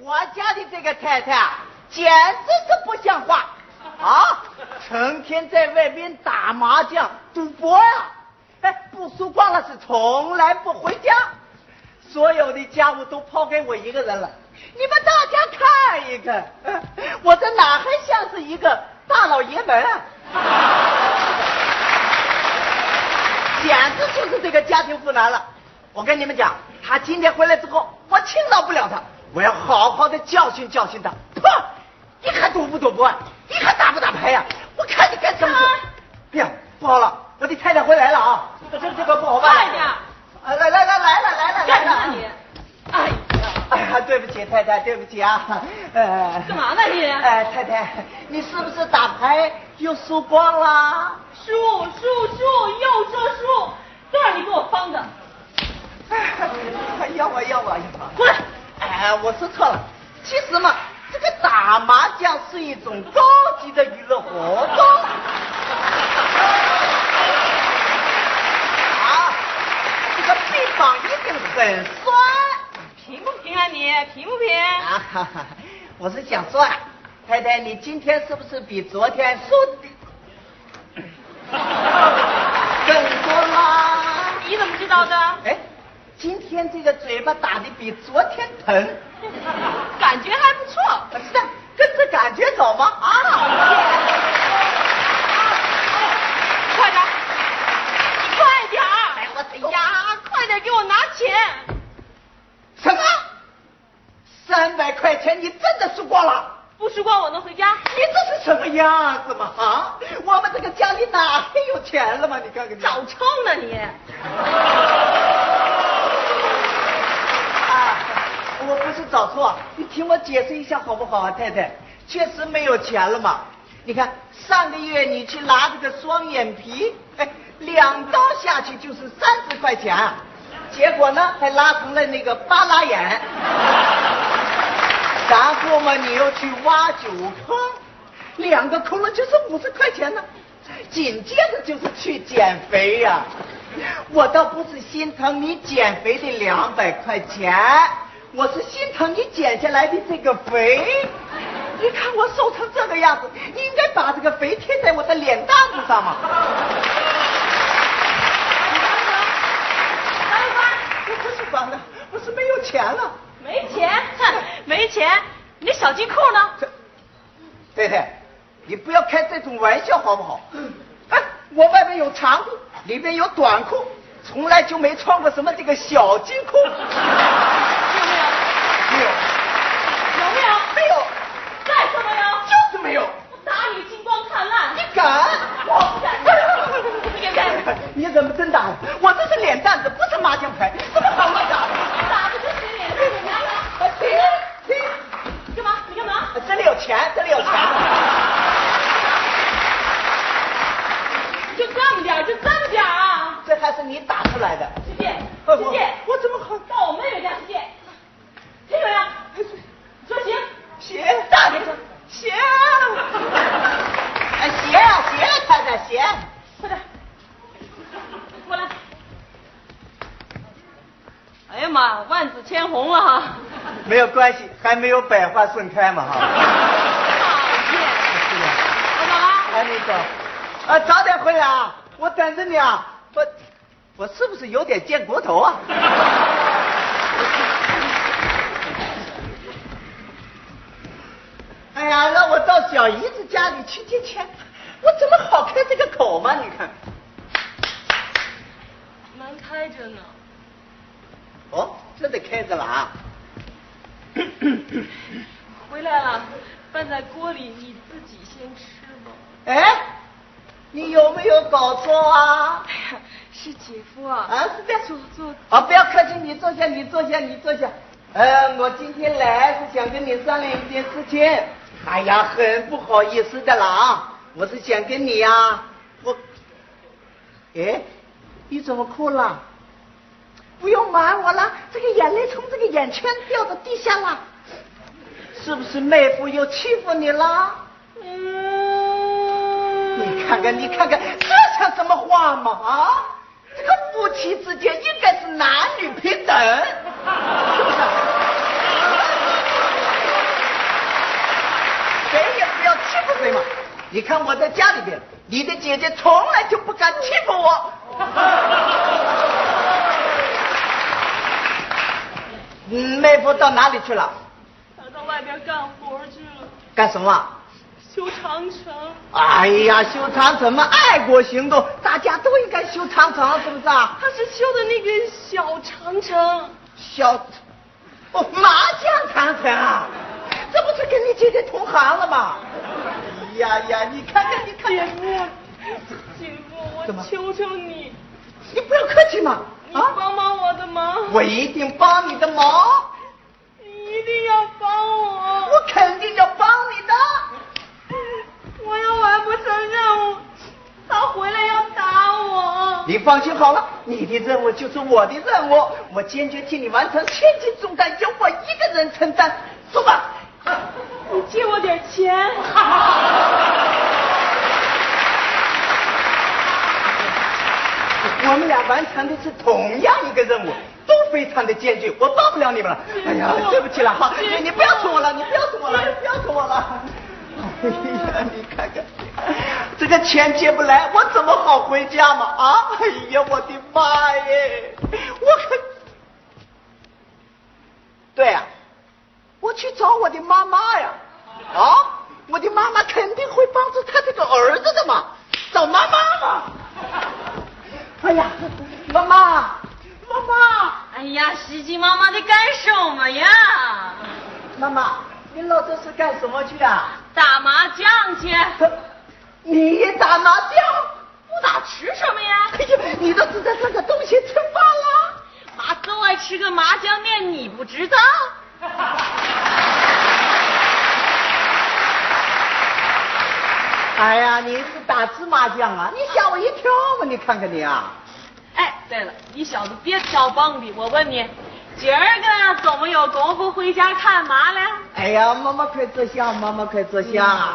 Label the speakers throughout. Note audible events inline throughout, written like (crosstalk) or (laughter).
Speaker 1: 我家的这个太太啊，简直是不像话啊！成天在外边打麻将、赌博呀、哎，不输光了是从来不回家，所有的家务都抛给我一个人了。你们大家看一看， (laughs) 哎我这哪还像是一个大老爷们啊？ (laughs) 简直就是这个家庭妇男了。我跟你们讲，他今天回来之后，我轻饶不了他，我要好好的教训教训他。哼，你还赌不赌博？啊？你还打不打牌呀、我看你干什么？哎呀，不好了，我的太太回来了啊！这这这个不好办。
Speaker 2: 快点
Speaker 1: 啊！来来来来了来了来
Speaker 2: 干
Speaker 1: 了！
Speaker 2: 嘛你？哎呀，
Speaker 1: 哎呀，对不起，太太，对不起啊。呃，
Speaker 2: 干嘛呢你
Speaker 1: 哎，太太，你是不是打牌又输光了？
Speaker 2: 叔叔叔又说叔，都让你给我帮的，
Speaker 1: 哎要我要我要我！
Speaker 2: 过来。
Speaker 1: 哎，我说错了。其实嘛，这个打麻将是一种高级的娱乐活动。啊，这个臂膀一定很酸
Speaker 2: 平不平啊你？平不平？
Speaker 1: 啊！哈哈， (laughs) 我是想说啊，太太，你今天是不是比昨天输的更多啦？
Speaker 2: 你怎么知道的？
Speaker 1: (laughs) 哎，今天这个嘴巴打的比昨天疼。
Speaker 2: 感觉还不错。
Speaker 1: 不是，跟着感觉走吗？啊！
Speaker 2: 快点儿，快点儿！
Speaker 1: 哎我
Speaker 2: 哎呀，快点给我拿钱！
Speaker 1: 什么？三百块钱你真的输光了？
Speaker 2: 不输光我能回家？
Speaker 1: 你这是什么样子嘛？啊！我们这个家里哪还有钱了嘛？你看看你。
Speaker 2: 找抽呢你！
Speaker 1: 啊！我不是找错，你听我解释一下好不好啊，太太？确实没有钱了嘛。你看上个月你去拿这个双眼皮，哎，两刀下去就是三十块钱啊，结果呢还拉成了那个巴拉眼。然后嘛，你又去挖酒坑，两个窟窿就是五十块钱呢。紧接着就是去减肥呀、我倒不是心疼你减肥的两百块钱，我是心疼你减下来的这个肥。你看我瘦成这个样子，你应该把这个肥贴在我的脸蛋子上嘛。
Speaker 2: 来吧，
Speaker 1: 我不是管了，我是没有钱了。
Speaker 2: 没钱， (laughs) 哼，没钱。你那小金库呢？
Speaker 1: 这太太，你不要开这种玩笑好不好？哎，我外面有长裤，里面有短裤，从来就没穿过什么这个小金裤。
Speaker 2: 有没有？
Speaker 1: 没有，
Speaker 2: 有没有？
Speaker 1: 没有，
Speaker 2: 再说没有？
Speaker 1: 就是没有。
Speaker 2: 我打你金光灿烂！
Speaker 1: 你敢？
Speaker 2: 我不敢！你敢不敢？
Speaker 1: 你怎么真打我？我这是脸蛋子，不是麻将牌，怎么好好打？
Speaker 2: 你打的是谁脸？你拿
Speaker 1: 哎
Speaker 2: 来！
Speaker 1: 停停！
Speaker 2: 干嘛？你干嘛？
Speaker 1: 这里有钱，这里有钱。
Speaker 2: 就这么点儿，就这么点儿啊！
Speaker 1: 这还是你打出来的。
Speaker 2: 师姐，
Speaker 1: 哎
Speaker 2: 师姐，
Speaker 1: 我我怎么好？
Speaker 2: 到我妹妹家去见，听着没有？说行，
Speaker 1: 鞋大点声，鞋！哎，鞋啊鞋啊，太太鞋！
Speaker 2: 快点，过来。哎呀妈，万紫千红了哈！
Speaker 1: 没有关系，还没有百花盛开嘛哈。 (laughs)
Speaker 2: 讨厌，我干嘛？
Speaker 1: 哎，那个，啊，早点回来啊，我等着你啊。我，我是不是有点贱骨头啊？ (laughs) 哎呀，让我到小姨子家里去借钱，我怎么好开这个口嘛？你看，
Speaker 2: 门开着呢。
Speaker 1: 哦，这得开着了啊。
Speaker 2: 回来了，饭在锅里，你自己先吃吧。
Speaker 1: 哎，你有没有搞错啊？
Speaker 2: 哎呀，是姐夫啊！
Speaker 1: 啊，是这样
Speaker 2: 坐坐，
Speaker 1: 啊，不要客气，你坐下，你坐下，你坐下。呃，我今天来是想跟你商量一件事情。哎呀，很不好意思的啦啊，我是想跟你呀、我，哎，你怎么哭了？不用瞒我了，这个眼泪从这个眼圈掉到地下了，是不是妹夫又欺负你了？你看看，你看看，这像什么话嘛啊！这个夫妻之间应该是男女平等。你看我在家里边，你的姐姐从来就不敢欺负我。嗯，妹夫到哪里去了？
Speaker 3: 他到外边干活去了，
Speaker 1: 干什么啊？
Speaker 3: 修长城。
Speaker 1: 哎呀，修长城嘛，爱国行动，大家都应该修长城，是不是啊？
Speaker 3: 他是修的那个小长城，
Speaker 1: 小，哦，麻将长城啊，这不是跟你姐姐同行了吗？哎呀呀，你看看，你看
Speaker 3: 姐
Speaker 1: 看，
Speaker 3: 夫，姐夫，
Speaker 1: 怎么
Speaker 3: 我求求你，
Speaker 1: 你不要客气嘛，
Speaker 3: 你
Speaker 1: 啊，
Speaker 3: 帮帮我的忙，
Speaker 1: 我一定帮你的忙，
Speaker 3: 你一定要帮
Speaker 1: 我
Speaker 3: 我，
Speaker 1: 肯定要帮你的。
Speaker 3: 我要完不成任务，他回来要打我。
Speaker 1: 你放心好了，你的任务就是我的任务，我坚决替你完成，千斤重担由我一个人承担。说吧，
Speaker 3: 你借我点钱，
Speaker 1: 我们俩完成的是同样一个任务，都非常的艰巨，我帮不了你们了。哎呀，对不起了哈，你你不要说我了，你不要说我了，你不要说我了。哎呀，你看看，这个钱借不来，我怎么好回家嘛？啊，哎呀，我的妈耶，我可……对呀、我去找我的妈妈呀，啊，我的妈妈肯定会帮助她这个儿子的嘛，找妈妈嘛。哎呀，妈妈，妈妈，
Speaker 2: 哎呀，袭击妈妈在干什么呀？
Speaker 1: 妈妈，你老这是干什么去啊？
Speaker 2: 打麻将去，
Speaker 1: 你也打麻将？
Speaker 2: 不打吃什么呀？
Speaker 1: 哎呀，你都知道这个东西吃饭了？
Speaker 2: 妈都爱吃个麻酱面，你不知道？
Speaker 1: 哎呀，你是打芝麻酱啊？你吓我一跳嘛！你看看你啊，
Speaker 2: 哎，对了，你小子别挑蹦迪，我问你，今儿个怎么有功夫回家看麻了？
Speaker 1: 哎呀，妈妈快坐下，妈妈快坐下。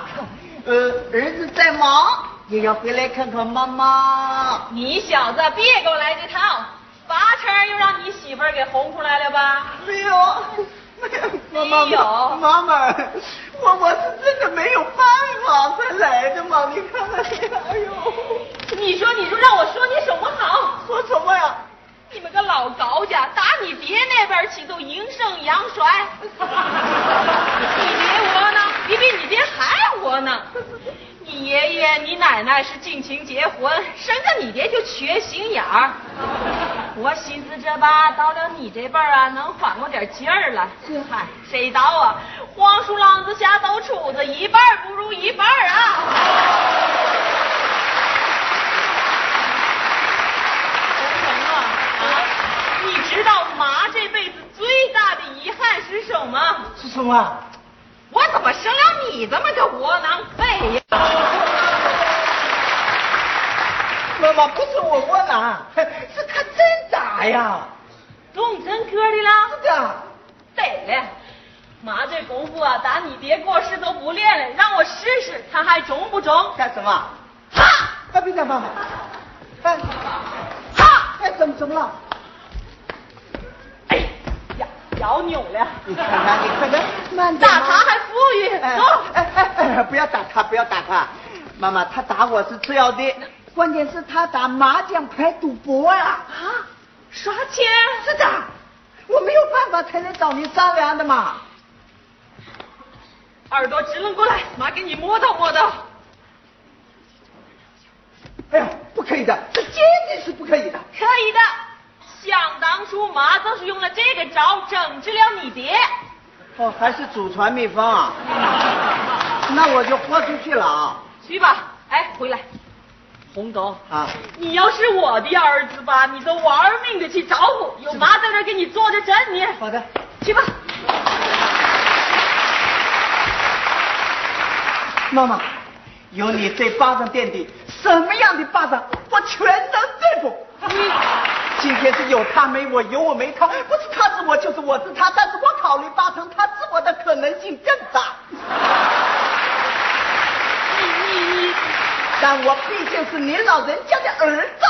Speaker 1: 呃，儿子在忙，也要回来看看妈妈。
Speaker 2: 你小子别给我来这套，八成又让你媳妇儿给哄出来了吧？
Speaker 1: 没有，没有，妈妈，
Speaker 2: 没有
Speaker 1: 妈妈，我我是真的没有办法才来的嘛！你看看你，哎呦，
Speaker 2: 你说，你说，让我说你什么好？
Speaker 1: 说什么呀？
Speaker 2: 你们个老高家，打你爹那边起都营盛阳衰。你爹活呢，你比你爹还活呢。你爷爷、你奶奶是近亲结婚，生个你爹就缺心眼儿。我寻思着吧，到了你这辈儿啊，能缓过点劲儿了。嗨，谁道啊，黄鼠狼子下刀杵子，一半儿不如一半儿啊。红红啊啊！你知道麻这辈子最大的遗憾是什么？
Speaker 1: 是什么啊？
Speaker 2: 我怎么生了你这么个窝囊废呀？
Speaker 1: 妈妈，不是我窝囊，是他真打呀！
Speaker 2: 动真格的啦
Speaker 1: 是？的，
Speaker 2: 对了，麻这功夫啊，打你爹过世都不练了，让我试试看还中不中？
Speaker 1: 干什么？
Speaker 2: 哈
Speaker 1: 哎，别打妈妈！哎，
Speaker 2: 哈！
Speaker 1: 哎，怎么怎么了？
Speaker 2: 哎呀，脚扭了，
Speaker 1: 你看看，你看看，慢点
Speaker 2: 打
Speaker 1: 嘛。
Speaker 2: 他还富裕，
Speaker 1: 哎
Speaker 2: 走。
Speaker 1: 哎哎哎，不要打他，不要打他！妈妈，他打我是次要的，关键是他打麻将牌赌博呀、
Speaker 2: 啊，刷钱？
Speaker 1: 是的，我没有办法才来找你商量的嘛。
Speaker 2: 耳朵直楞过来，妈给你摸到摸到。
Speaker 1: 哎呀，不可以的，这坚决是不可以的。
Speaker 2: 可以的，想当初麻子是用了这个招整治了你爹。
Speaker 1: 哦，还是祖传秘方啊？ (laughs) 那我就豁出去了啊！
Speaker 2: 去吧，哎，回来，红豆，
Speaker 1: 啊，
Speaker 2: 你要是我的儿子吧，你都玩命的去找我，有麻在这儿给你坐着阵呢。
Speaker 1: 好的。
Speaker 2: 去吧，
Speaker 1: 妈妈，有你这巴掌垫底，什么样的巴掌我全能对付。今天是有他没我，有我没他，不是他治我就是我治他，但是我考虑八成他治我的可能性更大，
Speaker 2: 你你你，
Speaker 1: 但我毕竟是您老人家的儿子。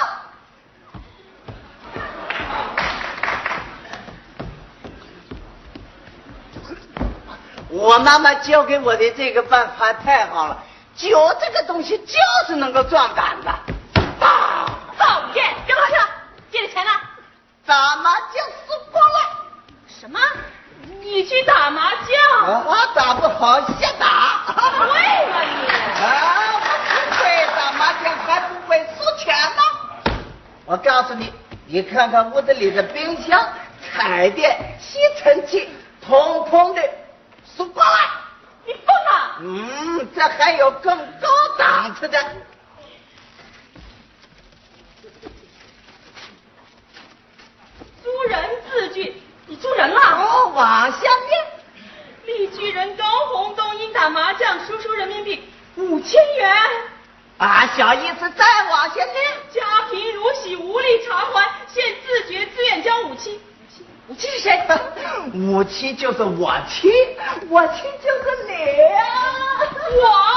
Speaker 1: 我妈妈教给我的这个办法太好了，酒这个东西就是能够壮胆的。啊，
Speaker 2: 造骗，扔回去了。借的钱呢？
Speaker 1: 怎么就输光了？
Speaker 2: 什么？你去打麻将？
Speaker 1: 我打不好，瞎打。
Speaker 2: 对了你，
Speaker 1: 啊，我不会打麻将，还不会输钱呢。我告诉你，你看看屋子里的冰箱、彩电、吸尘器，通通的输光了。
Speaker 2: 你疯了！
Speaker 1: 嗯，这还有更高档次的。
Speaker 2: 租人自居，你租人了？
Speaker 1: 哦，往下面。
Speaker 2: 绿巨人高洪东因打麻将输出人民币五千元，
Speaker 1: 啊，小意思，再往下面。
Speaker 2: 家贫如洗，无力偿还，现自觉自愿交五七。五七
Speaker 1: (laughs)
Speaker 2: 是谁？
Speaker 1: 我妻就是我妻，我妻就是你啊！
Speaker 2: 我。
Speaker 1: 啊